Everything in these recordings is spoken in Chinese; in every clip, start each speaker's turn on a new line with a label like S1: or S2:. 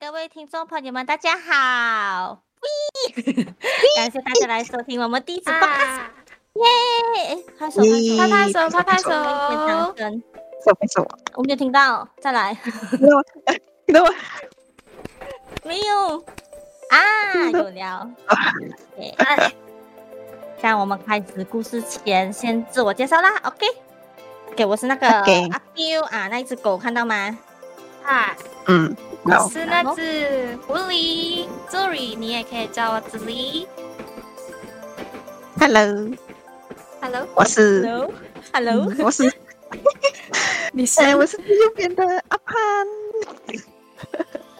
S1: 各位听众朋友们，大家 好！感谢大家来收听我们第一次
S2: 啊
S1: podcast，耶！拍手拍手
S2: 拍拍手，拍拍
S1: 我们有一
S2: 手
S1: 片掌，声，
S3: 手拍手，
S1: 我没有听到，再来，
S3: 那我那我
S1: 没有 啊，有了。对
S2: 哎
S1: 在我们开始故事前，先自我介绍啦，OK？OK，我是那个
S3: OK
S1: 阿 Q 啊，那一只狗看到吗？
S2: 嗨，
S3: 嗯，
S2: 我
S3: 好，
S2: 是那只狐狸 Zuri，你也可以叫我子狸。
S3: Hello，
S2: Hello，
S3: 我
S2: 嗯
S3: 是嗯
S1: Hello，Hello，
S3: 我是
S2: 你
S3: 哎，我是右边的阿潘，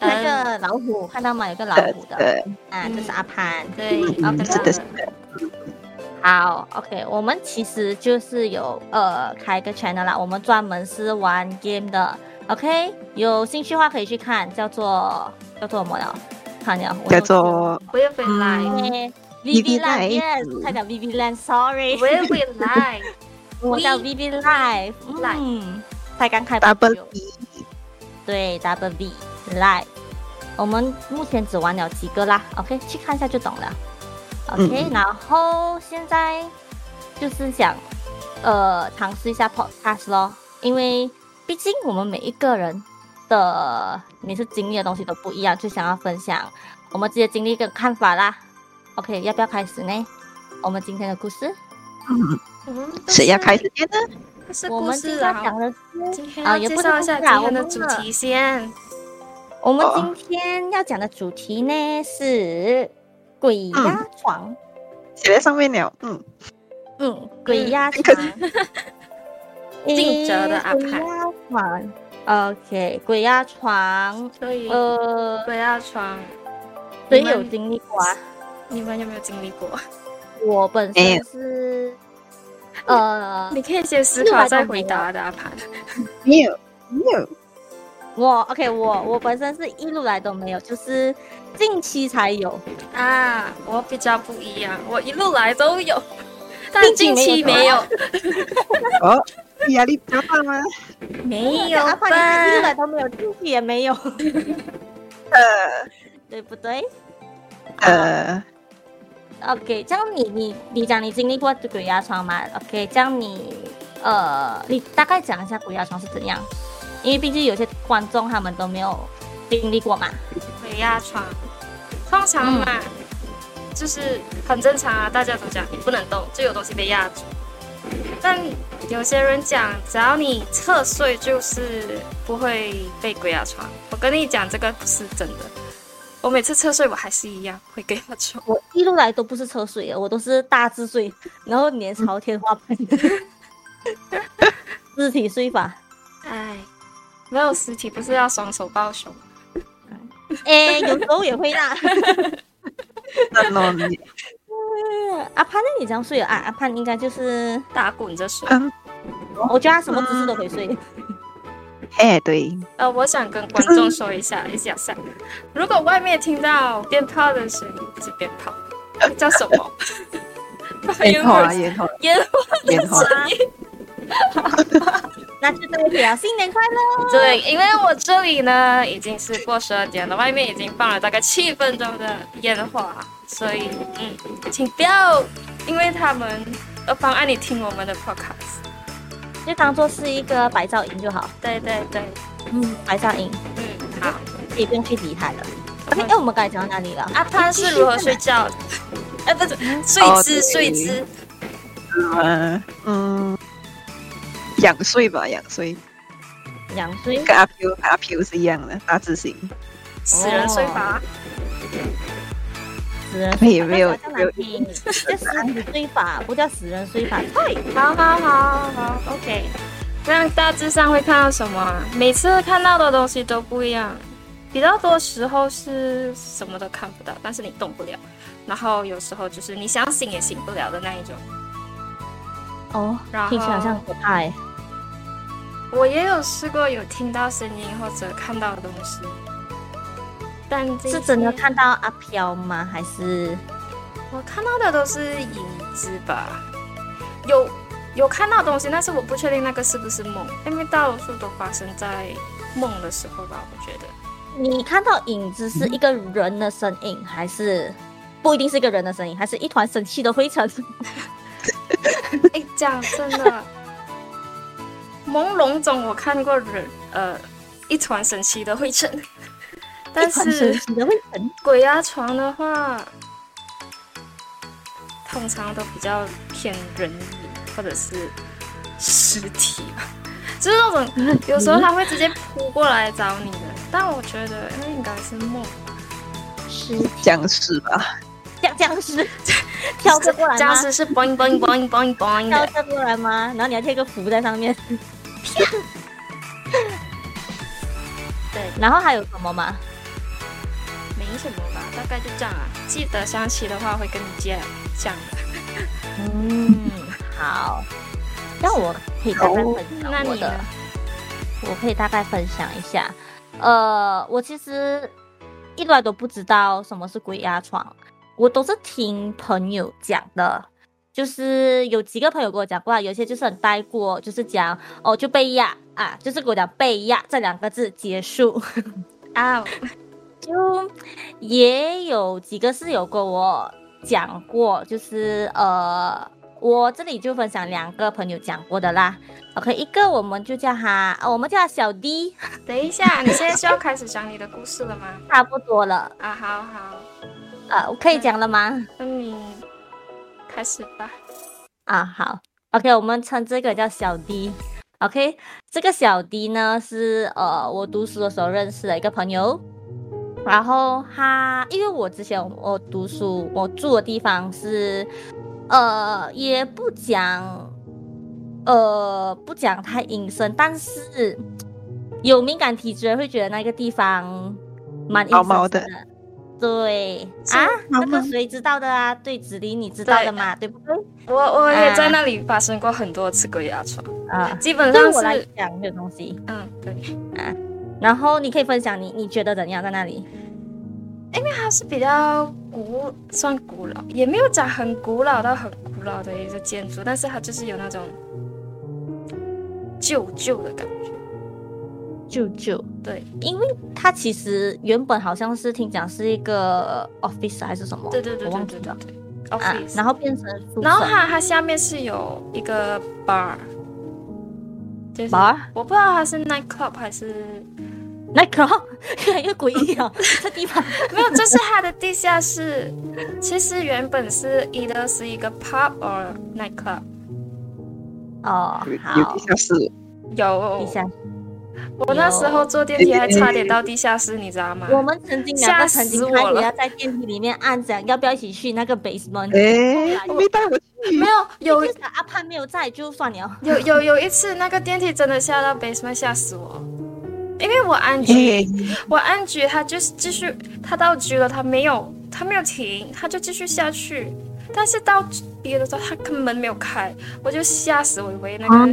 S1: 那个老虎看到吗？有个老虎的
S3: 对，
S1: 啊，
S2: 嗯
S1: 就是阿潘。
S2: 对，
S3: 嗯
S2: 好
S3: 是的，是的，
S1: 好，OK，我们其实就是有呃开一个 channel 啦，我们专门是玩 game 的，OK，有兴趣的话可以去看，叫做叫做什么呀？看了，我
S3: 叫
S1: 都忘
S3: 做嗯
S2: 我也会来，
S1: 记了哎 VV
S3: VV Live
S1: Live，yes，他讲 VV Live，sorry，
S2: 我也会来，
S1: 我叫 VV Live，
S2: Live
S1: 嗯，才刚开不
S3: Double E
S1: 久，
S3: D，
S1: 对 W V Live，我们目前只玩了几个啦，OK，去看一下就懂了，OK，、
S3: 嗯
S1: 然后现在就是想呃尝试一下 Podcast 咯，因为毕竟我们每一个人的每次经历的东西都不一样，就想要分享我们自己的经历跟看法啦，OK，要不要开始呢？我们今天的故事，
S3: 嗯，
S2: 嗯，都
S3: 谁要
S2: 是
S3: 开？始念呢？
S2: 都是
S1: 我
S2: 故
S1: 们今
S2: 事
S1: 天
S2: 啊。
S1: 讲的是
S2: 今天
S1: 啊
S2: 要
S1: 也
S2: 介
S1: 不是
S2: 绍一
S1: 故
S2: 下
S1: 事啊
S2: 今天的
S1: 我
S2: 主
S1: 们
S2: 题先。
S1: 我们今
S3: 哦
S1: 天要讲的主题呢是鬼压床。
S3: 写在上面了，嗯，
S1: 嗯，鬼压
S3: 嗯可
S1: 床，
S2: 尽责的安
S1: 鬼
S2: 排
S1: 压床，OK，鬼嗯压床，
S2: 所以
S1: 呃，
S2: 鬼压床，
S1: 谁
S2: 嗯你们
S1: 有经历过啊？
S2: 你们有没有经历过？
S1: 我本
S3: 没
S1: 身
S3: 有
S1: 是，呃，
S2: 你可以先思
S1: 另外
S2: 考
S1: 都
S2: 再
S1: 没
S2: 回
S1: 有
S2: 答的阿盘。
S3: 没有没有，
S1: 我 OK，我我本身是一路来都没有，就是近期才有，
S2: 啊，我比较不一样，我一路来都有，但
S1: 近期
S2: 近
S1: 没有
S2: 期
S1: 什么
S2: 没有，
S3: 哦，压力比较大吗？
S2: 没有
S1: 阿胖你是一路来
S2: 吧？
S1: 都没有，近期也没有，
S3: 呃
S1: 对不对
S3: 呃，
S1: ？OK，这样你你你讲你经历过鬼压床吗？OK，这样你呃，你大概讲一下鬼压床是怎样？因为毕竟有些观众他们都没有经历过嘛。
S2: 鬼压床，通常嘛，就是很正常啊，大家都讲你不能动，就有东西被压住。但有些人讲，只要你侧睡，就是不会被鬼压床。我跟你讲，这个不是真的。我每次侧睡，我还是一样会鬼压床。
S1: 我一路来都不是车睡的，我都是大致睡，然后脸朝天花板， 肢体睡法。
S2: 哎，没有尸体不是要双手抱胸？
S1: 哎、有时候也会啦。
S3: 那喏你
S1: 嗯阿潘，那你这样睡啊？阿潘应该就是，
S2: 打滚着睡。
S3: 嗯，
S1: 我觉得他什么姿势都可以睡。
S3: 哎，对，
S2: 呃，我想跟观众说一下，一下下，如果外面听到鞭炮的声音，不是鞭炮，呃叫什么？
S3: 烟花烟花
S2: 烟
S3: 啊烟花，
S2: 花声音。
S1: 那就代表啊新年快乐。
S2: 对，因为我这里呢已经是过十二点了，外面已经放了大概七分钟的烟花，所以嗯，请不要因为他们而妨碍你听我们的 podcast。
S1: 就当做是一个白噪音就好。
S2: 对对对，
S1: 嗯，白噪音，
S2: 嗯，好。
S1: 也不用去理它了。OK，哎、我们刚才讲到哪里了？
S2: 阿潘啊是如何睡觉的？ 哎，不是睡
S3: 哦
S2: 姿，
S3: 对
S2: 睡姿。
S3: 嗯嗯，仰睡吧，仰睡，
S1: 两岁。
S3: 跟阿 Q 阿 Q 是一样的，大字型，
S2: 死人睡法，
S1: 死人啊
S3: 没有没有
S1: 叫
S3: 没有
S1: 难听，叫死人睡法，不叫死人睡法。对，
S2: 好好好好，OK。这样大致上会看到什么啊？每次看到的东西都不一样，比较多时候是什么都看不到，但是你动不了，然后有时候就是你想醒也醒不了的那一种。
S1: 哦
S2: 然，后
S1: 听起来好像很可怕哎。
S2: 我也有试过有听到声音或者看到的东西，但这
S1: 是真的
S2: 些
S1: 看到阿飘吗？还是
S2: 我看到的都是影子吧，有有看到东西，但是我不确定那个是不是梦，因为大多数都发生在梦的时候吧，我觉得。
S1: 你看到影子是一个人的身影，还是不一定是一个人的身影，还是一团生气的灰尘？
S2: 哎，讲真的， 朦胧中我看过人，呃，一团神奇的 灰尘，但
S1: 一团神
S2: 是
S1: 奇的灰尘。
S2: 鬼压床的话，通常都比较偏人影或者是尸体吧， 就是那种有时候他会直接扑过来找你的，但我觉得那应该是梦，
S1: 是
S3: 僵尸吧？
S1: 僵僵 尸跳着过来
S2: 僵
S1: 吗？
S2: 尸是 boing boing boing boing boing
S1: 跳
S2: 的，
S1: 着过来吗？然后你还贴个符在上面。
S2: 对，
S1: 然后还有什么吗？
S2: 没什么吧，大概就这样啊。记得想起的话会跟你讲讲。
S1: 嗯，好，那我可以大概分
S2: 那
S1: 享我
S2: 你
S1: 的
S2: 呢，
S1: 我可以大概分享一下。呃，我其实一来都不知道什么是鬼压床，我都是听朋友讲的。就是有几个朋友跟我讲过啊，有些就是很带过，就是讲哦就被压啊，就是跟我讲被压这两个字结束。
S2: 啊，
S1: 就也有几个室友跟我讲过，就是呃，我这里就分享两个朋友讲过的啦。OK，一个我们就叫他，呃我们叫他小 D，
S2: 等一下， 你现在是要开始讲你的故事了吗？
S1: 差不多了，
S2: 啊，好好，
S1: 呃，我可以讲了吗？
S2: 那你开始吧。
S1: 啊，好，OK，我们称这个叫小 D。OK，这个小 D 呢是呃我读书的时候认识的一个朋友，然后他因为我之前我读书我住的地方是呃也不讲呃不讲太阴森，但是有敏感体质的人会觉得那个地方蛮阴
S3: 毛
S1: 森
S3: 毛的
S1: 的对
S2: 是
S1: 啊，
S3: 毛
S1: 这个
S3: 毛
S1: 谁知道的啊？对，子琳你知道
S2: 对
S1: 的嘛，对不对？
S2: 我我也
S1: 啊
S2: 在那里发生过很多次鬼压床，
S1: 啊、
S2: 基本
S1: 对
S2: 上
S1: 我来
S2: 是，
S1: 讲这个东西，
S2: 嗯，对，
S1: 然后你可以分享你你觉得怎样在那里？
S2: 因为它是比较古，算古老，也没有讲很古老到很古老的一个建筑，但是它就是有那种旧旧的感觉。
S1: 舅舅，
S2: 对，
S1: 因为他其实原本好像是听讲是一个 office 还是什么，
S2: 对对对哦
S1: 我
S2: 对
S1: 忘记
S2: 对对
S1: 了
S2: 对。
S1: 啊
S2: office，、，
S1: 然后变成宿舍
S2: 然后它它下面是有一个 bar，就是
S1: bar
S2: 我不知道它是 night club 还是
S1: 那个 越来越诡异了，这地方
S2: 没有，就是它的地下室， 其实原本是 either 是一个 pub or night club，
S1: 哦
S3: 有有
S1: 好
S3: 地，下室，
S2: 有
S1: 地下，
S2: 哦我那时候
S1: 有
S2: 坐电梯还差点到地下室，你知道吗？
S1: 我们曾经两
S2: 吓
S1: 个
S2: 死
S1: 曾经
S2: 我
S1: 差点
S2: 了
S1: 要在电梯里面按讲要不要一起去那个 basement，
S3: 哎，你没带我去
S2: 没，有
S1: 就
S2: 有
S1: 是阿潘没有在就算了，
S2: 有有有一次那个电梯真的下到 basement 吓死我，因为我安居，
S3: 哎，
S2: 我安居，他就是继续，他到居了，他没有他没有停，他就继续下去，但是到别的时候他根本没有开，我就吓死我，以为那个、
S1: 啊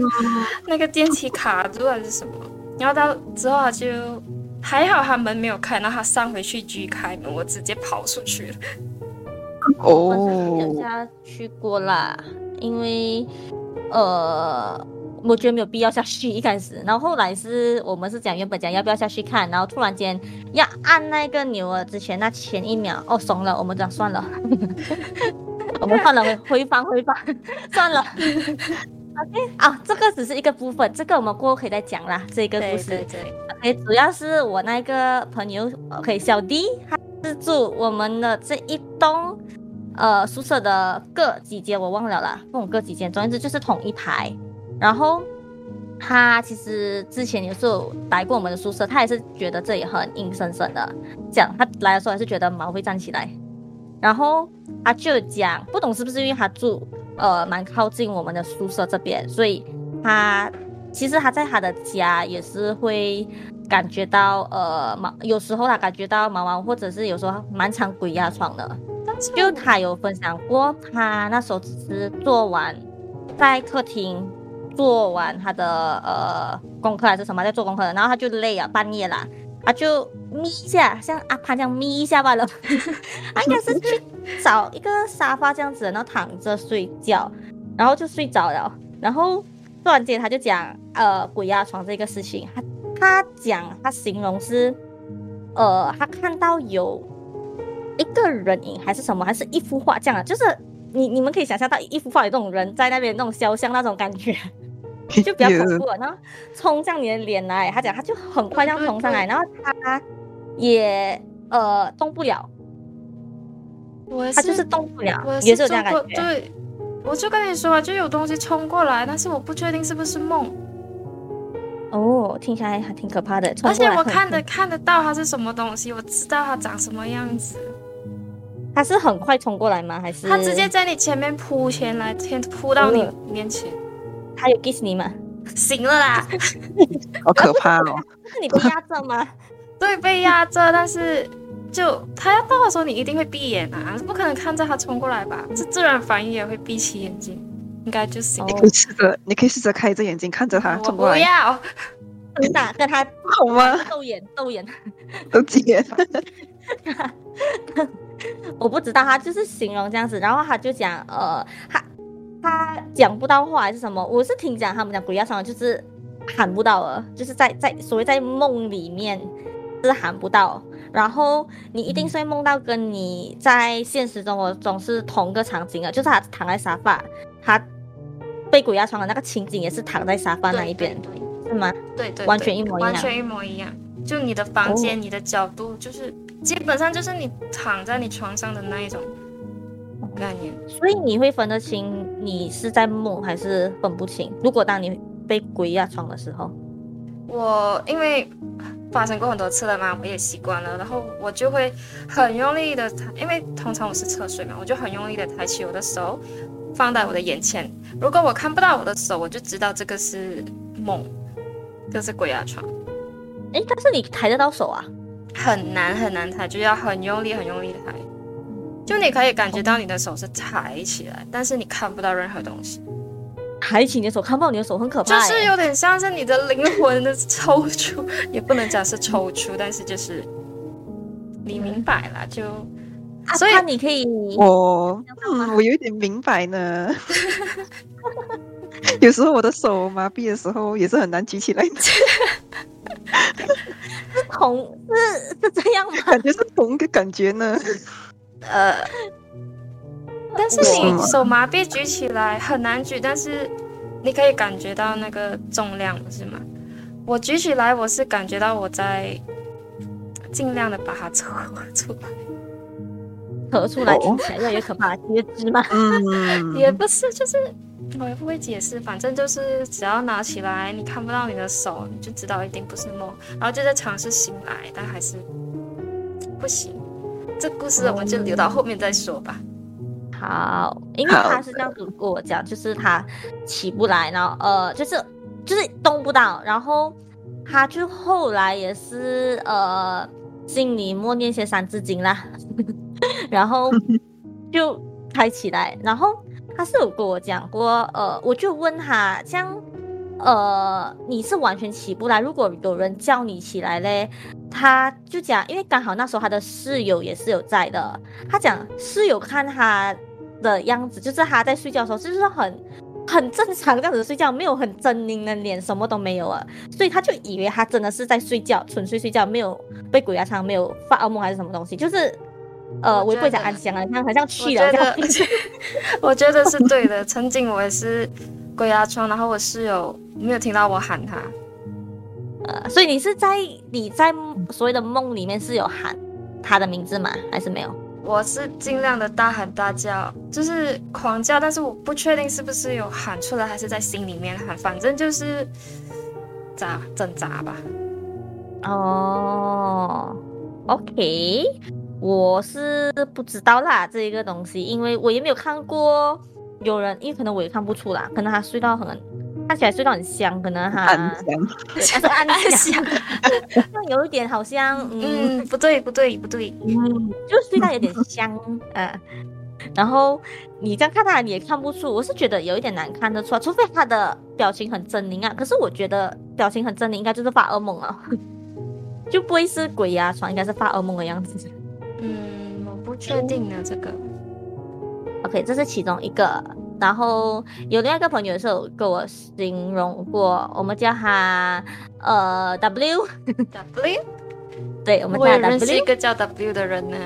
S2: 那个电梯卡住还是什么，然后到之后他就还好他门没有开，然后他上回去居开门，我直接跑出去了。
S1: 我是有
S3: 哦，
S1: 下去过啦，因为
S2: 哦
S1: 呃，我觉得没有必要下去一开始，然后后来是我们是讲原本讲要不要下去看，然后突然间要按那个钮了之前那前一秒哦怂了，我们讲算 了，我们算了回回放回放算了。OK 啊，这个只是一个部分，这个我们过后可以再讲啦。这个故事
S2: 对，
S1: OK，主要是我那个朋友 OK 小 D，他是住我们的这一栋呃宿舍的各几间，我忘了啦，不懂各几间，总之就是同一排。然后他其实之前也是有来过我们的宿舍，他也是觉得这里很阴森森的，讲他来的时候还是觉得毛会站起来。然后他就讲，不懂是不是因为他住呃蛮靠近我们的宿舍这边，所以他其实他在他的家也是会感觉到呃毛，有时候他感觉到毛毛，或者是有时候蛮常鬼压床的。
S2: 但是
S1: 就他有分享过，他那时候只是做完在客厅做完他的呃功课还是什么，在做功课的，然后他就累了，半夜啦，他就眯一下，像阿潘这样眯一下罢了。 他应该是去找一个沙发这样子，然后躺着睡觉，然后就睡着了。然后突然间他就讲呃鬼压床这个事情，他他讲他形容是呃，他看到有一个人影还是什么，还是一幅画这样的，啊就是你你们可以想象到一幅画有那种人在那边那种肖像那种感觉， 就 比较恐怖了。然后冲向你的脸来，他讲他就很快这样冲上来，然后他也呃动不了，
S2: 我也
S1: 他就是动不了
S2: 我，
S1: 也是有这
S2: 做
S1: 样感
S2: 过，
S1: 觉。
S2: 对，我就跟你说啊，就有东西冲过来，但是我不确定是不是梦，
S1: 哦，听起来还挺可怕的。冲
S2: 而且
S1: 过来
S2: 我
S1: 很
S2: 看得看得到它是什么东西，我知道它长什么样子。
S1: 他是很快冲过来吗？还是
S2: 它直接在你前面扑前来，先扑到你
S1: 嗯
S2: 面前，
S1: 他有 kiss 你吗？
S2: 醒 了啦。
S3: 好可怕哦！
S1: 是你被压着吗？
S2: 对，被压着，但是就他要到的时候，你一定会闭眼啊，不可能看着他冲过来吧？这自然反应也会闭起眼睛，应该就行。
S1: 哦
S3: 你
S2: 了。
S3: 可以试着，你可以试着开着眼睛看着他
S2: 我
S3: 冲过
S2: 不
S3: 来，
S2: 要，
S1: 真的啊跟他
S3: 好 吗？
S1: 斗眼斗眼，
S3: 都几 点？
S1: 我不知道他就是形容这样子，然后他就讲呃，他他讲不到话还是什么，我是听讲他们讲鬼压床就是喊不到了，就是在在所谓在梦里面是喊不到，然后你一定是会梦到跟你在现实生活中是同个场景的，啊就是他躺在沙发，他被鬼压床的那个情景也是躺在沙发那一边，
S2: 对
S1: 是吗？
S2: 对对，
S1: 完全一模一样哦
S2: 完全一模一样。就你的房间、你的角度，就是基本上就是你躺在你床上的那一种概念。
S1: 所以你会分得清你是在梦还是分不清？如果当你被鬼压床的时候，
S2: 我因为发生过很多次了嘛，我也习惯了，然后我就会很用力的，因为通常我是侧睡嘛，我就很用力的抬起我的手，放在我的眼前。如果我看不到我的手，我就知道这个是梦，这是鬼压床，
S1: 诶，但是你抬得到手啊？
S2: 很难很难抬，就要很用力很用力地抬。就你可以感觉到你的手是抬起来，但是你看不到任何东西，
S1: 抬起你的手，看不到你的手，很可怕、
S2: 就
S1: 欸。
S2: 是有点像是你的灵魂的抽搐，也不能讲是抽搐，但是就是你明白啦，就
S1: 啊，
S2: 所以
S1: 怕你可以，
S3: 我嗯，我有一点明白呢。 有时候我的手麻痹的时候也是很难举起来的，
S1: 是同是是这样吗？
S3: 感觉是同一个感觉呢。
S2: 呃， 但是
S3: 我
S2: 你手麻痹举起来很难举，但是你可以感觉到那个重量是吗？我举起来，我是感觉到我在尽量的把它抽出来，
S1: 扯出来
S3: 哦
S1: 听起来越来越可怕， 截肢吗？
S3: 嗯，
S2: 也不是，就是我也不会解释，反正就是只要拿起来，你看不到你的手，你就知道一定不是梦，然后就在尝试醒来，但还是不行。这故事我们就留到后面再说吧。
S1: 好，因为
S3: 好
S1: 他是这样子跟我讲，就是他起不来，然后呃，就是就是动不到，然后他就后来也是呃心里默念些三字经啦， 然 后就开起来，然后他是有跟我讲过，呃，我就问他这样。呃，你是完全起不来。如果有人叫你起来嘞，他就讲，因为刚好那时候他的室友也是有在的，他讲室友看他的样子，就是他在睡觉的时候，就是很很正常这样子睡觉，没有很狰狞的脸，什么都没有啊，所以他就以为他真的是在睡觉，纯粹睡觉，没有被鬼压床，没有发噩梦还是什么东西，就是呃，
S2: 我
S1: 我
S2: 觉得
S1: 也不会讲安详啊，你看很像
S2: 我
S1: 去了
S2: 觉
S1: 这样
S2: 得， 我觉得是对的。曾经我也是鬼压床，然后我室友没有听到我喊他，
S1: 呃，所以你是在你在所谓的梦里面是有喊他的名字吗？还是没有？
S2: 我是尽量的大喊大叫，就是狂叫，但是我不确定是不是有喊出来，还是在心里面喊，反正就是咋挣扎 吧。
S1: 哦，OK，我是不知道啦这一个东西，因为我也没有看过有人，因为可能我也看不出啦，可能他睡到很看起来睡到很香，可能
S3: 安
S1: 他
S3: 详，
S1: 对但是安详，
S2: 想，
S1: 就有一点好像嗯
S2: 嗯，不对，不对，不对，
S1: 嗯，就是睡到有点香， 啊。然后你这样看他，你也看不出，我是觉得有一点难看得出来，除非他的表情很狰狞啊。可是我觉得表情很狰狞，应该就是发噩梦了， 就不会是鬼压、床，应该是发噩梦的样子。
S2: 嗯，我不确定呢，这个
S1: OK，这是其中一个。然后有另外一个朋友是有跟我形容过，我们叫他呃 W，
S2: W
S1: 对，我们
S2: 我也
S1: 叫
S2: 认识一
S1: W，
S2: 个叫 W 的人呢。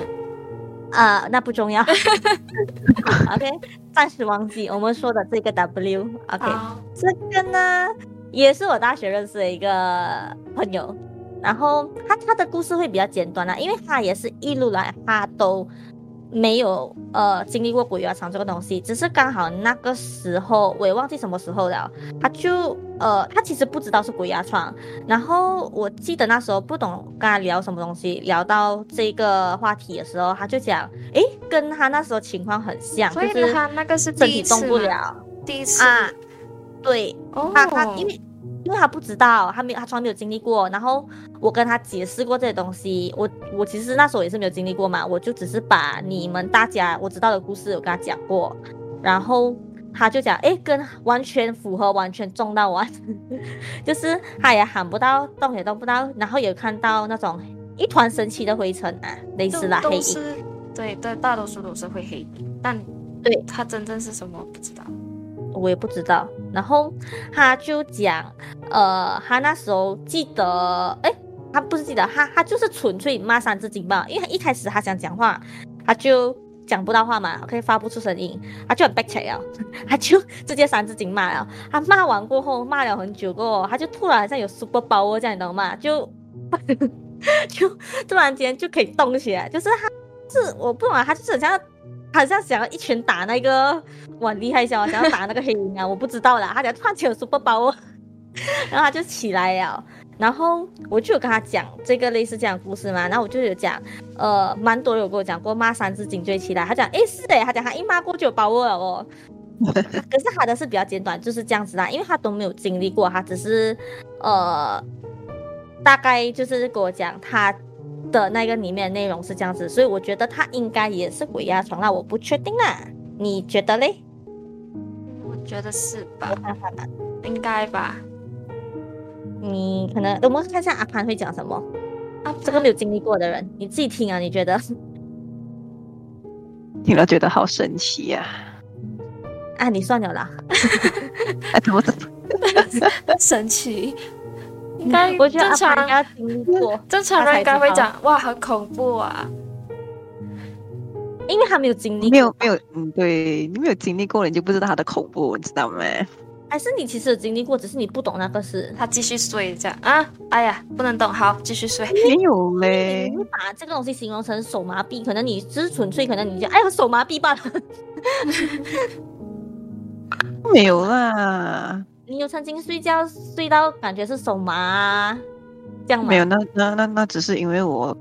S1: 呃，那不重 要。OK，暂时忘记我们说的这个 W。OK，、
S2: 好，
S1: 这个呢，也是我大学认识的一个朋友，然后他他的故事会比较简短啦、啊因为他也是一路来他都没有呃经历过鬼压床这个东西，只是刚好那个时候我也忘记什么时候了，他就呃他其实不知道是鬼压床，然后我记得那时候不懂跟他聊什么东西，聊到这个话题的时候，他就讲，诶，跟他那时候情况很像，
S2: 所
S1: 就是
S2: 以他那个是
S1: 身
S2: 第
S1: 体
S2: 一次
S1: 动不
S2: 嘛，
S1: 了
S2: 第一次
S1: 啊，对，
S2: 哦，
S1: 他他因为因为他不知道，他没有他从来没有经历过。然后我跟他解释过这些东西，我我其实那时候也是没有经历过嘛，我就只是把你们大家我知道的故事有跟他讲过，然后他就讲，诶，跟完全符合，完全中到完， 就是他也喊不到，动也动不到，然后也看到那种一团神奇的灰尘啊，类似啦
S2: 都
S1: 黑
S2: 都
S1: 影。
S2: 是对对，大多数都是会黑，但
S1: 对
S2: 他真正是什么不知道。
S1: 我也不知道。然后他就讲，呃，他那时候记得，哎，他不是记得，他他就是纯粹骂三字经吧，因为他一开始他想讲话，他就讲不到话嘛，OK，发不出声音，他就很 back 起来了，他就直接三字经骂了。他骂完过后，骂了很久过后，他就突然好像有 super power 这样，你懂吗？就 就突然间就可以动起来，就是他是我不懂啊，他就是很像。好像想要一拳打那个哇，很厉害一下哦，想要打那个黑影啊，我不知道啦。他讲突然间有 super power，然 后他就起来了。然后我就有跟他讲这个类似这样的故事嘛，然后我就有讲，呃，蛮多人有跟我讲过骂三字经最起来，他讲诶是的，他讲他一骂过就有 power 了哦。 可是他的是比较简短，就是这样子啦，因为他都没有经历过，他只是呃，大概就是跟我讲他的那个里面的内容是这样子，所以我觉得他应该也是鬼压床啦，我不确定啦，你觉得嘞？
S2: 我觉得是吧
S1: 有，办法吗？
S2: 应该吧。
S1: 你可能我们看一下阿潘会讲什么，
S2: 啊，
S1: 这个没有经历过的人，你自己听啊，你觉得
S3: 听了觉得好神奇呀、
S1: 啊？你算了啦，
S3: 哎，怎么怎么
S2: 神奇，应该
S1: 嗯我觉得
S2: 正
S1: 阿潘
S2: 常
S1: 应该要经历 过，
S2: 正常人应该会讲哇，很恐怖啊。
S1: 因为他没有经历
S3: 你没有没有，嗯，对你没有经历过，你就不知道它的恐怖，你知道吗？
S1: 还是你其实有经历过，只是你不懂那个事。
S2: 他继续睡这样啊，哎呀，不能动，好，继续睡。
S3: 没有
S1: 你
S3: 嘞
S1: 你，会把这个东西形容成手麻痹，可能你只是纯粹，可能你就哎呦手麻痹罢了。
S3: 没有啦，
S1: 你有曾经睡觉睡到感觉是手麻、啊，这样吗？
S3: 没有，那那那那只是因为我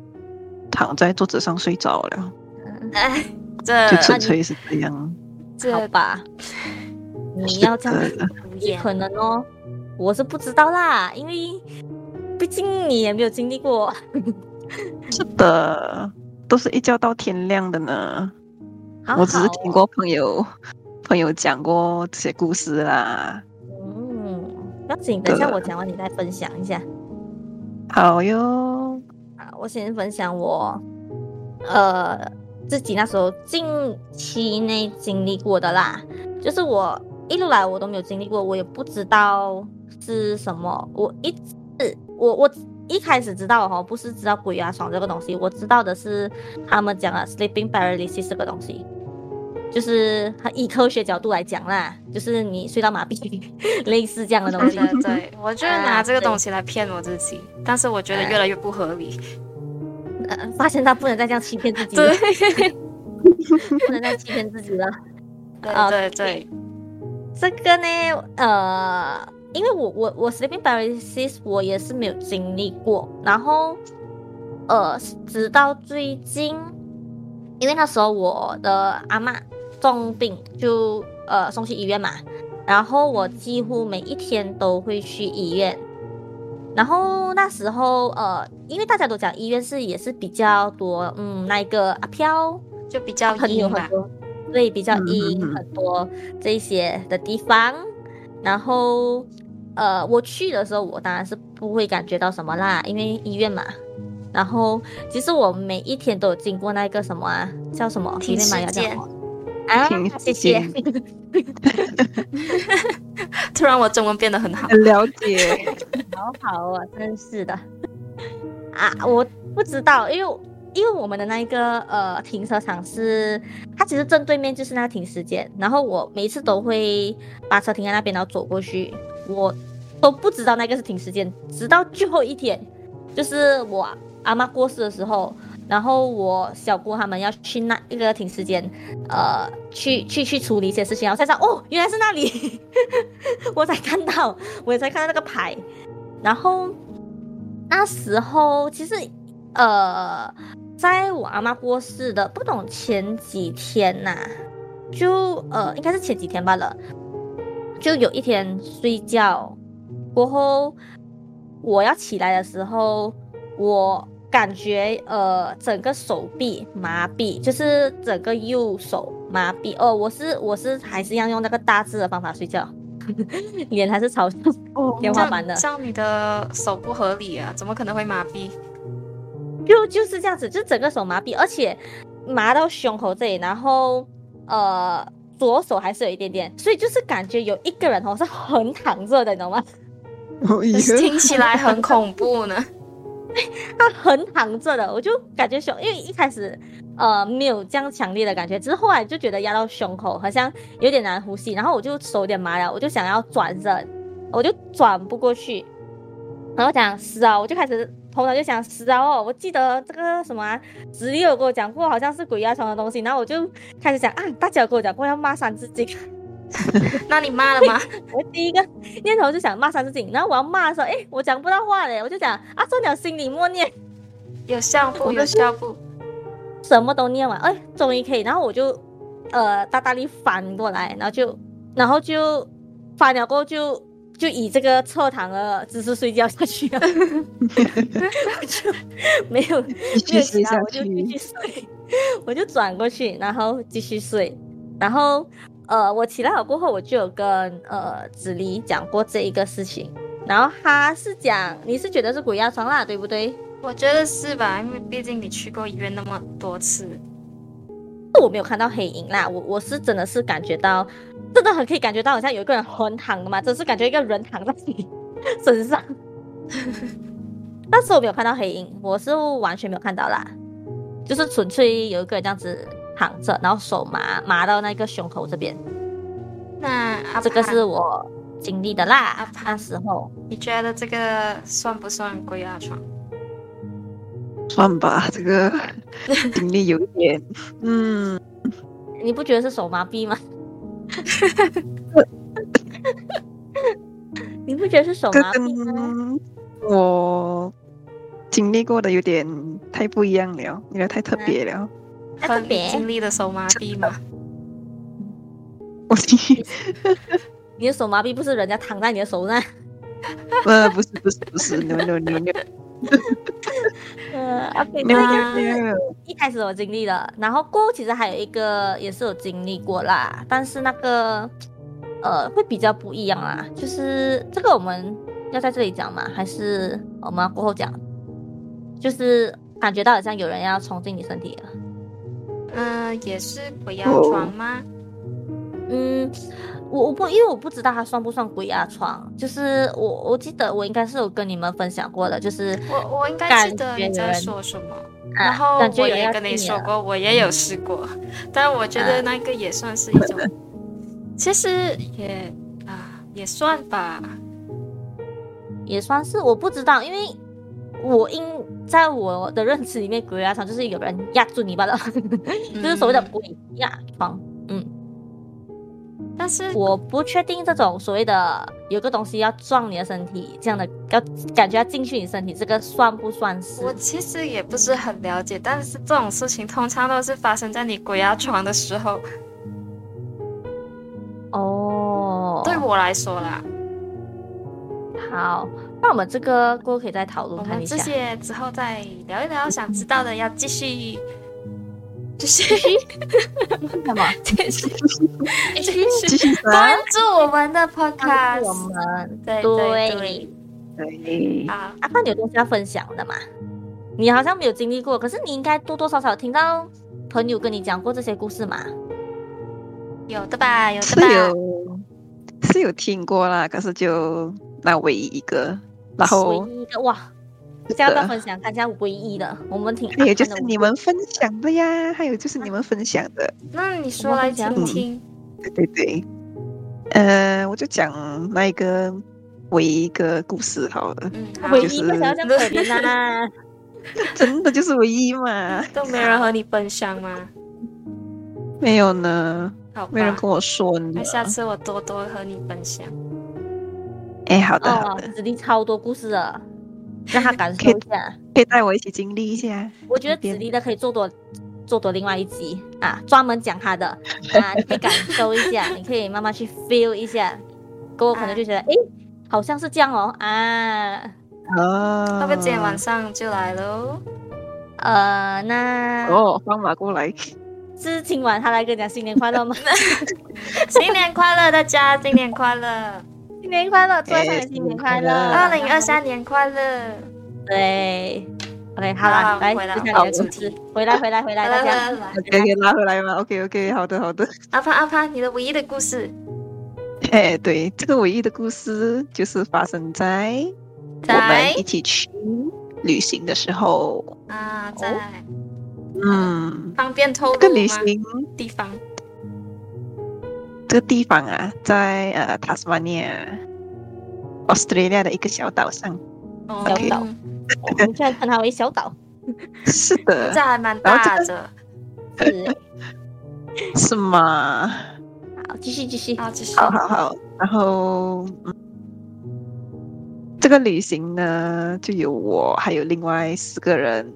S3: 躺在桌子上睡着了，
S1: 哎，
S2: 这
S3: 就
S1: 吃
S3: 纯粹是这样。
S1: 好
S2: 这
S1: 吧，你要这样
S3: 是
S1: 子
S3: 的
S2: 无
S1: 也
S2: 言
S1: 可能哦，我是不知道啦，因为毕竟你也没有经历过。
S3: 是的，都是一觉到天亮的呢。
S1: 好
S3: 我只是
S1: 好
S3: 听
S1: 哦
S3: 过朋友朋友讲过这些故事啦。
S1: 嗯，不要紧，等一下我讲完你再分享一下。
S3: 好 哟，
S1: 啊，我先分享我，呃，自己那时候近期内经历过的啦，就是我一路来我都没有经历过，我也不知道是什么，我一直我我一开始知道哈，哦不是知道鬼压床这个东西，我知道的是他们讲了 sleeping paralysis 这个东西。就是它以科学角度来讲啦，就是你睡到麻痹， 类似这样的东
S2: 对
S1: 西。
S2: 对对，我就是拿
S1: 哦啊
S2: 这个
S1: 对
S2: 东西来骗我自己，但是我觉得越来越不合理。
S1: 呃发现他不能再这样欺骗自己了
S2: 对，
S1: 不能再欺骗自己了。啊
S2: 对对对，
S1: 这个呢，呃，因为我我我 sleeping paralysis 我也是没有经历过，然后呃，直到最近，因为那时候我的阿嬷重病就呃送去医院嘛，然后我几乎每一天都会去医院。然后那时候，呃，因为大家都讲医院是也是比较多，嗯，那一个阿飘
S2: 就比较
S1: 很有
S2: 硬
S1: 很
S2: 嘛。
S1: 多，对，比较
S3: 嗯
S1: 阴
S3: 嗯嗯
S1: 很多这一些的地方。然后，呃，我去的时候，我当然是不会感觉到什么啦，因为医院嘛。然后，其实我每一天都有经过那个什么啊，叫什么？
S2: 停
S1: 有点麻
S2: 尸
S1: 药叫
S2: 间
S1: 什么啊
S3: 停，
S1: 谢
S3: 尸
S1: 谢。
S3: 间
S2: 突然我中文变得很好，
S3: 很了解。
S1: 哦好好啊，真是的。 啊，我不知道，因为因为我们的那一个呃停车场是，它其实正对面就是那个停尸间，然后我每一次都会把车停在那边，然后走过去，我都不知道那个是停尸间，直到最后一天，就是我阿妈过世的时候。然后我小姑他们要去那一个停尸间，呃，去去去处理一些事情，然后才知道哦，原来是那里， 我才看到，我才看到那个牌。然后那时候其实，呃，在我阿妈过世的不懂前几天呐、就呃应该是前几天罢了，就有一天睡觉过后，我要起来的时候，我感觉呃整个手臂麻痹，就是整个右手麻痹。哦，我是我是还是一样用那个大字的方法睡觉，脸还是朝向
S3: 哦
S1: 天
S2: 这
S1: 花板
S2: 样
S1: 的。
S2: 这样你的手不合理啊，怎么可能会麻痹？
S1: 就就是这样子，就整个手麻痹，而且麻到胸口这里，然后呃左手还是有一点点，所以就是感觉有一个人哦是横躺着的，你懂吗？
S3: 哦耶
S2: 听起来很恐怖呢。
S1: 他横躺着的，我就感觉胸，因为一开始呃没有这样强烈的感觉，只是后来就觉得压到胸口，好像有点难呼吸，然后我就手有点麻了，我就想要转身，我就转不过去，然后讲是啊，我就开始头脑就想是啊哦，我记得这个什么、啊、直立有跟我讲过，好像是鬼压床的东西，然后我就开始想啊，大家有跟我讲过要骂三字经。
S2: 那你骂了吗？
S1: 我第一个念头就想骂三字经，然后我要骂的时候，哎，我讲不到话嘞，我就讲啊，做鸟心里默念，
S2: 有相簿，有相簿。
S1: 什么都念完，哎，终于可以。然后我就呃大大力翻过来，然后就然后就翻了过后就就以这个侧躺的姿势睡觉下去 了，我就没有
S3: 继
S1: 没
S3: 续
S1: 有
S3: 睡
S1: 其他
S3: 下
S1: 我就继续
S3: 去。
S1: 睡，我就转过去，然后继续睡，然后呃，我起来好过后，我就有跟呃子离讲过这一个事情，然后他是讲你是觉得是鬼压床啦，对不对？
S2: 我觉得是吧，因为毕竟你去过医院那么多次，
S1: 我没有看到黑影啦，我我是真的是感觉到，真的很可以感觉到，好像有一个人横躺的嘛，真是感觉一个人躺在你 身上。但是我没有看到黑影，我是完全没有看到啦，就是纯粹有一个人这样子躺着，然后手麻麻到那个胸口这边，
S2: 那阿
S1: 这个
S2: 帕
S1: 是我经历的啦
S2: 啊。
S1: 那时候
S2: 你觉得这个算不算鬼压床？
S3: 算吧，这个 经历有一点，嗯，
S1: 你不觉得是手麻痹吗？你不觉得是手
S3: 这
S1: 麻痹吗？
S3: 跟啊我经历过的有点太不一样了，有点太特别了。
S1: 那
S2: 和
S1: 特
S2: 你
S1: 别
S2: 经历的手麻痹吗？
S3: 我经历，
S1: 你的手麻痹不是人家躺在你的手上？
S3: 呃，不是不是不是，no no no no
S1: 呃，OK，这
S3: no
S1: 个
S3: no no，
S1: 一开始我经历了，然后过后其实还有一个也是有经历过啦，但是那个呃会比较不一样啦，就是这个我们要在这里讲吗？还是我们要过后讲？就是感觉到好像有人要冲进你身体了。
S2: 嗯、也是鬼压床吗？
S1: 嗯，我我不因为我不知道它算不算鬼压床，就是我我记得我应该是有跟你们分享过的，就是
S2: 我我应该记
S1: 感
S2: 得
S1: 觉
S2: 你
S1: 有
S2: 在
S1: 人
S2: 说什么，
S1: 哦啊
S2: 然后
S1: 感觉
S2: 我
S1: 有人
S2: 也
S1: 要
S2: 跟你
S1: 进
S2: 说
S1: 了
S2: 过，我也有试 过，但我觉得那个也算是一种，
S1: 啊
S2: 其实也啊也算吧，
S1: 也算是我不知道，因为我应在我的认知里面，鬼压床就是有人压住你罢了，就是所谓的
S2: 嗯
S1: 鬼压床。
S2: 但是
S1: 我不确定这种所谓的有个东西要撞你的身体，这样的要感觉要进去你身体，这个算不算是
S2: 我？其实也不是很了解，但是这种事情通常都是发生在你鬼压床的时候。
S1: 哦，
S2: 对我来说啦，
S1: 好，那我们这个过后可以再讨论
S2: 我
S1: 看
S2: 们
S1: 一
S2: 这
S1: 下。
S2: 些之后再聊一聊，想知道的要继续，继续，
S1: 什么？
S2: 继续，继
S3: 继
S2: 续
S3: 续吧
S2: 关。注我们的
S1: 告诉我
S2: podcast。
S1: 们
S2: 对
S1: 对
S2: 对，
S3: 对，
S2: 啊，
S1: 阿胖，你有东西要分享的吗？你好像没有经历过，可是你应该多多少少有听到朋友跟你讲过这些故事嘛？
S2: 有的吧，有的
S3: 是
S2: 吧。
S3: 有是有听过啦，可是就那唯一一个，然后
S1: 唯一一个哇，下次分享看一下唯一的，我们挺
S3: 还有哎就
S1: 暗
S3: 是
S1: 的
S3: 你们分享的呀，还有就是你们分享的，
S2: 那你说来听听。
S3: 对对对，呃，我就讲那一个唯一一个故事好了，
S2: 嗯，
S1: 唯
S2: 好，
S1: 一不想要这样可怜 啦、
S3: 真的就是唯一嘛，
S2: 都没人和你奔相吗？
S3: 没有呢，
S2: 好吧
S3: 没人跟我说呢
S2: 那。下次我多多和你分享。
S3: 哎，好的好
S1: 哦
S3: 的，，
S1: 子弟超多故事的，让他感受一下。
S3: 可以带我一起经历一下。
S1: 我觉得子弟的可以做多做多另外一集啊，专门讲他的啊，你可以感受一下，你可以慢慢去 feel 一下。过后可
S3: 啊
S1: 能就觉得，诶，好像是这样哦啊。
S3: 哦，
S2: 那么今天晚上就来喽。
S1: 呃，那
S3: 哦，放马过来，
S1: 是今晚他来跟你讲新年快乐吗？
S2: 新年快乐，大家！新年快乐，
S1: 新年快乐，祝大家
S3: 哎
S1: 新年快乐，
S2: 二零二三年快乐！
S1: 对，OK，好
S2: 好
S1: 了，
S2: 了
S1: 来
S2: 回来
S1: 分享你的
S2: 回来
S1: 主题，回来回来回来，大家。
S2: 来，
S3: 可以拉回来吗？OK OK，好的好 的。
S2: 阿潘阿潘，你的唯一的故事
S3: 哎，对，这个唯一的故事就是发生在我
S2: 在
S3: 们一起去旅行的时候。
S2: 啊，在
S3: 嗯，
S2: 方便透露
S3: 哦这个旅
S2: 吗？
S3: 行
S2: 地方
S3: 这个地方啊，在呃塔斯马尼亚，Australia 的一个小岛上。
S2: 哦
S1: 小岛我们居然称它为小岛，
S3: 是
S2: 这
S3: 的，
S2: 还蛮
S3: 然后
S2: 大
S3: 这
S2: 的。
S1: 是。
S3: 是吗？
S1: 好，继续继续。
S2: 好，继续。
S3: 好好好，然后嗯，这个旅行呢，就有我还有另外四个人，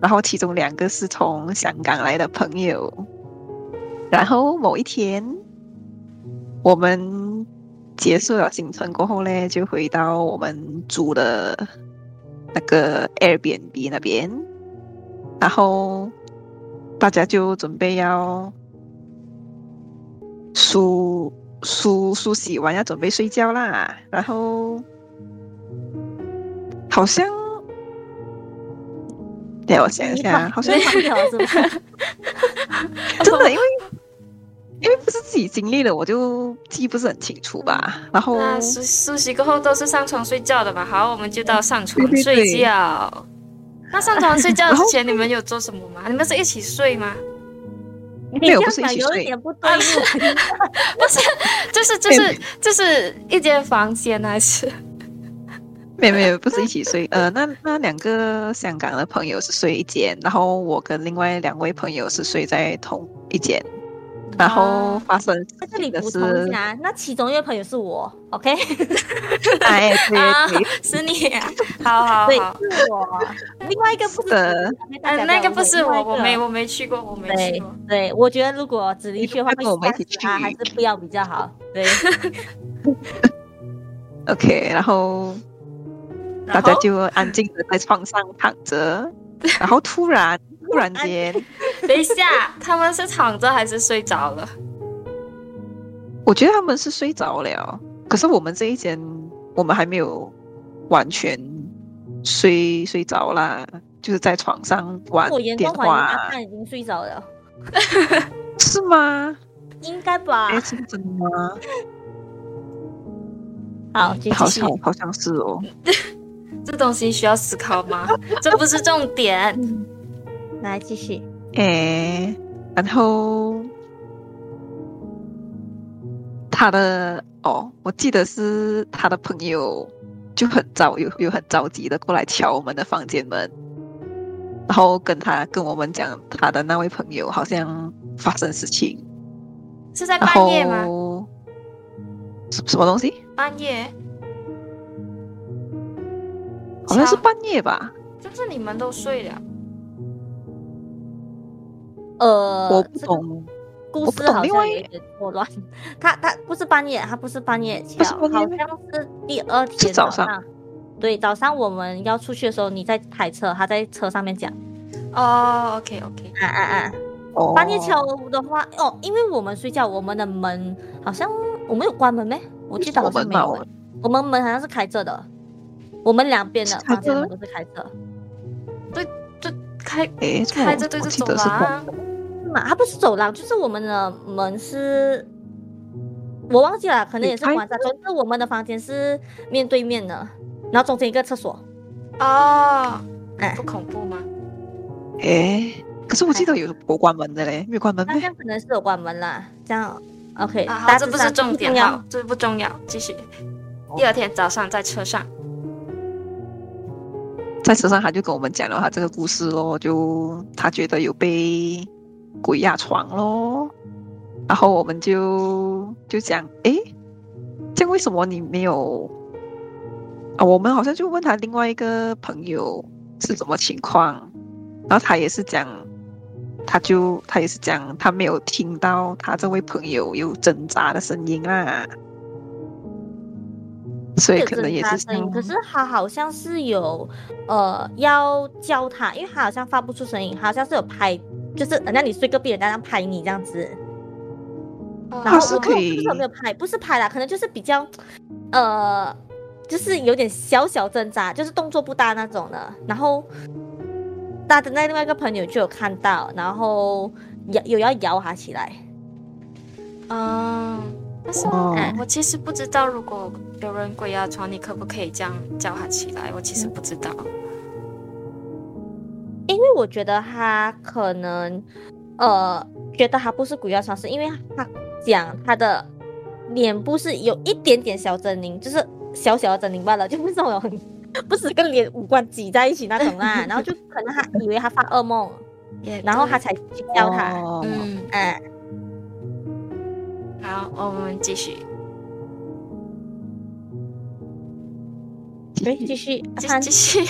S3: 然后其中两个是从香港来的朋友，然后某一天我们结束了行程过后呢，就回到我们住的那个 Airbnb 那边，然后大家就准备要梳梳梳洗完要准备睡觉啦，然后好像，对，我想一 下，好像
S1: 你跑掉了是吗？
S3: 真的，因为因为不是自己经历的，我就记不是很清楚吧。然后
S2: 那梳梳洗过后都是上床睡觉的吧？好，我们就到上床
S3: 对对对
S2: 睡觉。那上床睡觉之前，你们有做什么吗？你们是一起睡吗？
S1: 你
S3: 没有不
S1: 这
S3: 是
S1: 样
S3: 一
S1: 讲有
S3: 起
S1: 一
S3: 睡
S1: 点不对路。
S2: 就是就是就是一间房间啊还是？
S3: 没有没有，不是一起睡。呃，那那两个香港的朋友是睡一间，然后我跟另外两位朋友是睡在同一间。然后
S2: 啊
S3: 发生
S1: 哦在
S3: 事
S1: 这
S3: 情
S1: 里
S3: 的
S1: 补
S3: 是，
S1: 充一下，那其中一位朋友是我，OK？
S3: 哎，
S2: 啊
S3: 对对，
S2: 是你啊！好好
S1: 对，
S2: 好。
S1: 是我。另外一个不是
S3: 的
S1: 子
S2: 嗯，那个不是我，我。
S1: 大家不要误会另外一
S2: 没
S1: 个
S2: 我没去过，我没去
S1: 对
S2: 过。
S1: 对，我觉得如果子离去的话，
S3: 跟我们一起
S1: 吓死啊，
S3: 去
S1: 还是不要比较好。对，
S3: OK，然后大
S2: 然
S3: 家
S2: 后
S3: 就安静的在床上躺着，然后突然突然 间，
S2: 等一下，他们是躺着还是睡着了？
S3: 我觉得他们是睡着了，可是我们这一间我们还没有完全睡睡着啦，就是在床上玩
S1: 我严
S3: 电
S1: 重怀疑阿
S3: 话，
S1: 胖已经睡着了，
S3: 是吗？
S1: 应该吧
S3: 哎、？是真的吗？
S1: 好，继
S3: 好
S1: 续
S3: 像。好像是哦。
S2: 这东西需要思考吗？这不是重点。
S1: 嗯来继续。
S3: 诶，然后他的哦，我记得是他的朋友就很着有有很着急的过来敲我们的房间门，然后跟他跟我们讲他的那位朋友好像发生事情，
S2: 是在
S3: 然
S2: 半夜吗？
S3: 后什什么东西？
S2: 半夜，
S3: 好像是
S2: 敲
S3: 半夜吧，
S2: 就是你们都睡了。
S1: 呃，
S3: 我不
S1: 这个
S3: 懂，
S1: 故
S3: 我不
S1: 事
S3: 懂
S1: 好
S3: 另
S1: 像
S3: 外
S1: 有
S3: 一
S1: 一点错乱。他他不是半夜，他不是半夜
S3: 不是
S1: 敲，
S3: 半夜
S1: 好
S3: 咩
S1: 像是第二天
S3: 是早
S1: 上。
S3: 上
S1: 对，早上我们要出去的时候，你在开车，他在车上面讲，
S2: 哦，OK OK，
S1: 啊啊啊！
S3: 哦，
S1: 半夜敲的话，哦，因为我们睡觉，我们的门好像我们有关门没？我记得好
S3: 我
S1: 像
S3: 们
S1: 没
S3: 嘛，
S1: 有
S3: 我
S1: 欸。我们门好像是开着的，我们两边的
S3: 是开
S1: 房间
S3: 着
S1: 门都是开着，
S2: 开
S3: 诶，这么
S2: 开着对
S3: 哦我
S2: 着啊
S3: 记
S2: 走
S3: 得是
S2: 廊，
S1: 是吗？它嗯啊不是走廊，就是我们的门是。我忘记了，可能也是
S3: 你开
S1: 关上。总之，我们的房间是面对面的，然后中间一个厕所。
S2: 哦，
S3: 哎
S1: 嗯
S2: 不恐怖吗？
S3: 诶，可是我记得有国关门的嘞，没有关门
S1: 那这
S3: 咩？
S1: 样可能是有关门啦。这样 OK，、
S3: 哎
S2: 啊，
S1: 大
S2: 好，
S1: 致
S2: 这不是
S1: 上
S2: 重点，
S1: 重要
S2: 好，这不重要，继续。第二天早上在车上，
S3: 在车上他就跟我们讲了他这个故事咯，就他觉得有被鬼压床咯，然后我们就就讲，诶，这样为什么你没有？啊，我们好像就问他另外一个朋友是什么情况，然后他也是讲，他就他也是讲他没有听到他这位朋友有挣扎的声音啦，所以
S1: 有
S3: 可能也
S1: 挣扎
S3: 是
S1: 声
S3: 像
S1: 音，可是他好像是有呃要教他，因为他好像发不出声音，他好像是有拍，就是人家你睡个壁，人家这样拍你这样子。然
S3: 他
S1: 后
S3: 是
S2: 哦
S1: 我
S3: 可以
S1: 不是有没有拍，不是拍啦，可能就是比较呃，就是有点小小挣扎，就是动作不大那种的。然后他的那另外一个朋友就有看到，然后摇有要摇他起来。
S2: 嗯，但是
S3: 哦
S1: 呃
S2: 我我其实不知道，如果有人鬼压床，你可不可以这样叫他起来？我其实不知道。
S1: 因为我觉得他可能，呃，觉得他不是鬼压床，是因为他讲他的脸部是有一点点小狰狞，就是小小的狰狞罢了，就不是那种很 不是跟脸五官挤在一起那种啦。然后就可能他以为他发噩梦，
S2: 也
S1: 然后
S2: 对
S1: 他才去叫他。
S3: 哦
S2: 嗯，
S1: 嗯，
S2: 好，我们继续，
S1: 对，继续
S2: 继
S1: 看
S2: 继续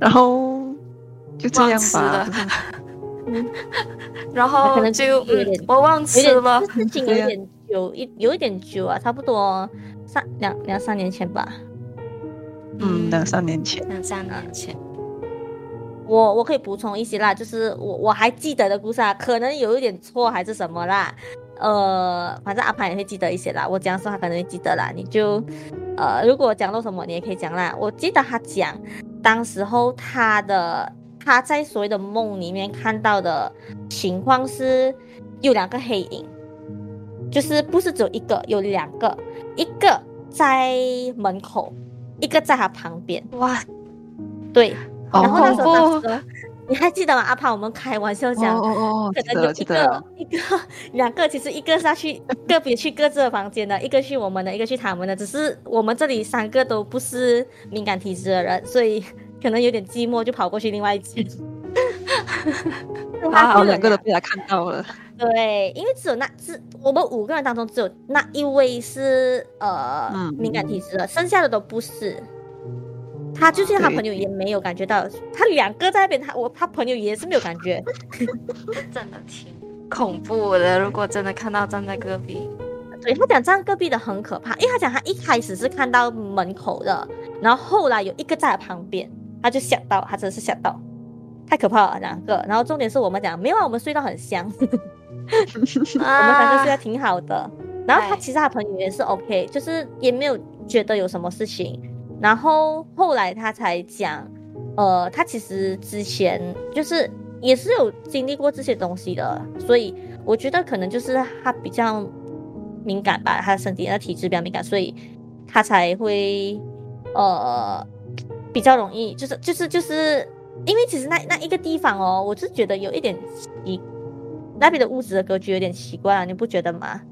S3: 然后就这
S2: 忘
S3: 样
S2: 词
S3: 吧
S2: 了。，然后
S1: 可能
S2: 就
S1: 有
S2: 嗯
S1: 点，
S2: 我忘
S1: 有
S2: 词
S1: 点
S2: 了
S1: 这。事情有点久，一有一点久啊，差不多三两两三年前吧。
S3: 嗯，两三年前，
S2: 两三年前，
S1: 我我可以补充一些啦，就是我我还记得的故事啊，可能有一点错还是什么啦，呃，反正阿盘也会记得一些啦，我讲的时候他可能会记得啦，你就，呃，如果我讲漏什么你也可以讲啦。我记得他讲，当时候他的他在所谓的梦里面看到的情况是有两个黑影，就是不是只有一个，有两个，一个在门口，一个在他旁边，
S2: 哇，
S1: 对。
S3: 哦
S1: 然后那时候
S2: 恐怖
S1: 当时你还记得吗？阿胖，我们开玩笑讲，
S3: 哦哦哦，
S1: 可
S3: 记
S1: 能
S3: 得
S1: 有
S3: 了
S1: 一
S3: 记得了
S1: 个，一个两个，其实一个是要去个别去各自的房间的，一个去我们的，一个去他们的。只是我们这里三个都不是敏感体质的人，所以可能有点寂寞，就跑过去另外一间。
S2: 好
S3: 然
S2: 好
S3: 后
S1: 有
S3: 两个都
S1: 两
S3: 被他看到了，
S1: 对，因为只有那只我们五个人当中只有那一位是呃、
S3: 嗯
S1: 敏感体质的，剩下的都不是。他就算他
S3: 对
S1: 朋友也没有感觉到，他两个在那边，他我他朋友也是没有感觉。
S2: 真的挺恐怖的。如果真的看到站在隔壁，
S1: 对他讲站隔壁的很可怕，因为他讲他一开始是看到门口的，然后后来有一个在他旁边，他就吓到，他真的是吓到，太可怕了两个。然后重点是我们讲没有啊，我们睡到很香，
S2: 啊
S1: 我们三个睡得挺好的。然后他
S2: 哎
S1: 其实他朋友也是 OK，就是也没有觉得有什么事情。然后后来他才讲，呃，他其实之前就是也是有经历过这些东西的，所以我觉得可能就是他比较敏感吧，他的身体他的体质比较敏感，所以他才会呃比较容易，就是就是就是因为其实那那一个地方哦，我是觉得有一点奇，那边的屋子的格局有点奇怪啊，你不觉得吗？嗯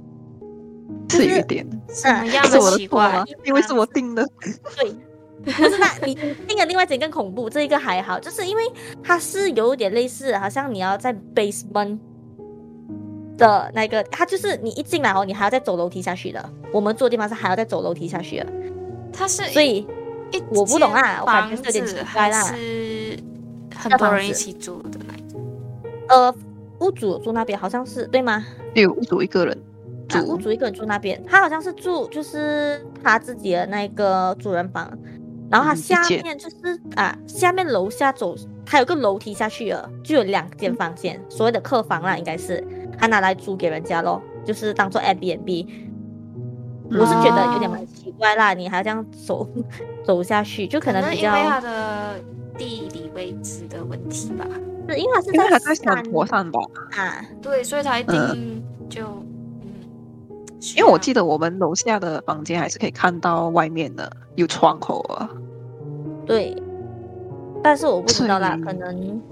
S3: 是有一点，
S2: 什么样
S3: 不是
S2: 的
S3: 我的
S2: 奇
S3: 错
S2: 怪
S3: 吗？？
S1: 啊
S3: 因为是我定的，
S1: 对，不是那你那个另外一间更恐怖，这一个还好，就是因为它是有点类似，好像你要在 basement 的那个，它就是你一进来哦，你还要再走楼梯下去的。我们住的地方是还要再走楼梯下去的，
S2: 它是
S1: 所以
S2: 一
S1: 我不懂啊
S2: 间
S1: 我感觉
S2: 房
S1: 是有点
S2: 子
S1: 奇怪
S2: 还
S1: 啦
S2: 是很
S1: 大
S2: 多
S1: 房
S2: 人一
S1: 子
S2: 起住的那一种。
S1: 呃，屋主住那边好像是对吗？
S3: 有屋主一个人
S1: 啊屋
S3: 住，
S1: 主一个人住那边，他好像是住就是他自己的那个主人房，然后他
S3: 嗯一
S1: 下
S3: 间
S1: 面就是、啊，下面楼下走，他有个楼梯下去了，就有两间房间，所谓的客房啦，应该是他拿来租给人家咯，就是当做 Airbnb。我是
S3: 嗯
S1: 觉得有点蛮奇怪啦，你还这样走 走下去，就可能比
S2: 因
S1: 较
S2: 为它的地理位置的问题吧。
S1: 是因为他是
S3: 因为他在
S1: 山
S3: 山坡上吧，
S1: 啊，
S2: 对，所以它一
S3: 呃
S2: 定就嗯，需
S3: 嗯因为我
S2: 要
S3: 记得我们楼下的房间还是可以看到外面的，有窗口啊。
S1: 对，但是我不知道啦，
S3: 所以
S1: 可能，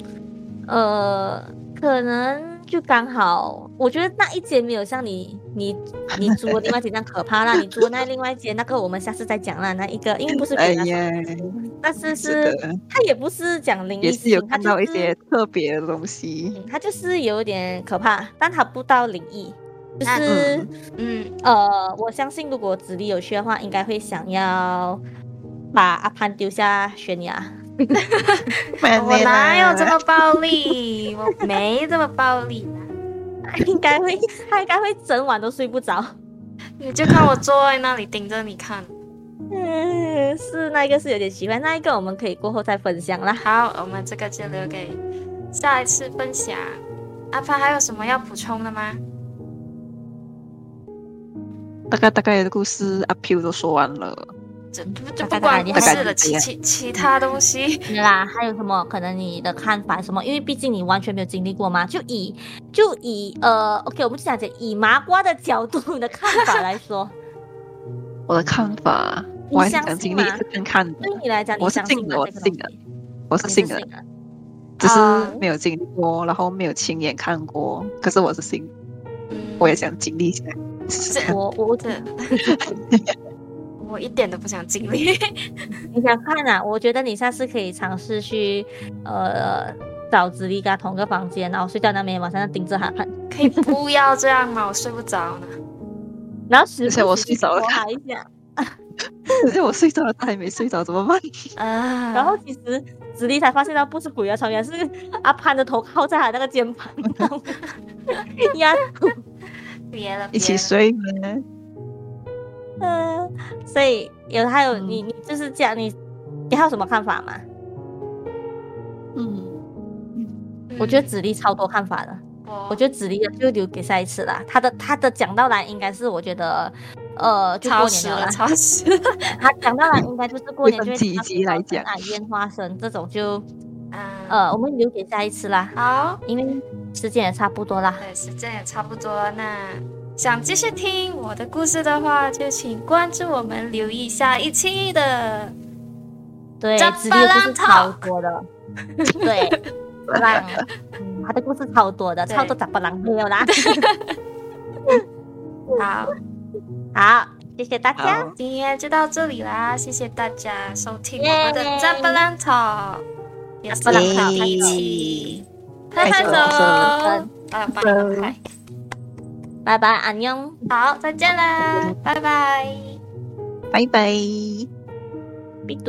S1: 呃，可能就刚好，我觉得那一间没有像你 你你租的另外一间那样可怕啦，你租的那另外一间那个我们下次再讲啦，那一个因为不是
S3: 哎
S1: 别人的，
S3: 呀，
S1: 但是
S3: 是
S1: 是
S3: 的，
S1: 它也不是讲灵异
S3: 也
S1: 事
S3: 是
S1: 情，
S3: 有
S1: 它
S3: 看
S1: 就
S3: 到一
S1: 是
S3: 些特别的东西。
S1: 嗯，它就是有点可怕，但它不到灵异，就
S2: 那
S1: 是、
S2: 嗯，
S1: 呃，我相信如果子力有去的话，应该会想要把阿潘丢下悬崖。
S3: 哎
S2: 我哪有这么暴力？ 我没这么暴力啦。
S1: 他应该会，他应该会整晚都睡不着。
S2: 你就看我坐在那里盯着你看。
S1: 嗯，是那一个是有点奇怪，那一个我们可以过后再分享啦。
S2: 好，我们这个就留给下一次分享。阿潘还有什么要补充的吗？
S3: 大概大概的故事阿 Q 都说完了，
S2: 这就
S1: 大概大
S2: 不管
S1: 概
S2: 故事
S3: 大
S2: 了，
S3: 概就这
S2: 其
S3: 样
S2: 其其他东 西，
S1: 是啦，还有什么可能你的看法什么？因为毕竟你完全没有经历过嘛，就以就以呃，OK，我们就讲讲以麻瓜的角度你的看法来 说，
S3: 我的看法，
S1: 你
S3: 我还是
S1: 相
S3: 想
S1: 信
S3: 经历一
S1: 吗
S3: 次看看的
S1: 对。你来讲，你
S3: 我是
S1: 相信
S3: 信
S1: 吗
S3: 的我
S1: 这个
S3: 是信
S1: 东
S3: 的
S1: 西
S3: 我是
S1: 你
S3: 信
S1: 是
S3: 的，
S1: 信的。
S3: 只
S2: 啊
S3: 是没有经历过，然后没有亲眼看过。可是我是信，
S2: 嗯
S3: 我也想经历一下。
S2: 这
S1: 我我
S2: 这， 我一点都不想 经历。
S1: 你想看啊？我觉得你下次可以尝试去呃找子力跟他同个房间，然后睡觉那边晚上就盯着他看。
S2: 可以不要这样吗？我睡不着呢。
S1: 然后时
S3: 而且
S1: 不
S3: 我
S1: 时
S3: 睡
S1: 去
S3: 着了
S1: 戳他一下。
S3: 可是我睡着了，他还没睡着，怎么办？
S2: 啊，
S1: 然后其实子力才发现到不是鬼压床，原来是阿潘的头靠在他那个嗯肩膀上 压住。
S2: 别了，
S3: 一起
S1: 啊
S2: 别了。
S3: 睡呗。
S1: 嗯，所以有还有你你就是这样，你你还有什么看法吗？
S3: 嗯，
S2: 嗯
S1: 我觉得子力超多看法的，
S2: 我
S1: 我觉得子力的就留给下一次啦。他的他的讲到来应该是我觉得。呃，就
S2: 超
S1: 过
S2: 时
S1: 年了
S2: 了，
S1: 啦。
S2: 超时。
S1: 他讲到来应该就是过
S3: 会
S1: 年就
S3: 分
S1: 会
S3: 几
S1: 听到
S3: 集来
S1: 花生
S3: 讲
S1: 啊、烟花生这种就，
S2: 嗯，
S1: 呃，我们留给下一次啦，
S2: 好，
S1: 因为时间也差不多啦。
S2: 对，时间也差不多了。那想继续听我的故事的话，就请关注我们，留意下一期的。
S1: 对，
S2: 扎
S1: 子力
S2: 巴
S1: 的
S2: 拉
S1: 故事
S2: 套
S1: 超多 的，对，浪，嗯，他的故事超多的，
S2: 对
S1: 超多杂巴郎没有啦。
S2: 好，
S1: 好，谢谢大家，
S3: 好，
S2: 今天就到这里啦，谢谢大家收听我们的
S1: 耶
S2: 《扎巴浪草》，也是
S1: 扎巴
S3: 浪草
S2: 第一期，
S1: 拍
S2: 拍拍
S1: 手
S2: 手
S1: 拍手，
S2: 拜拜。
S1: 拜拜，安妞。
S2: 好，再见啦，拜拜。
S3: 拜拜。
S1: 必读。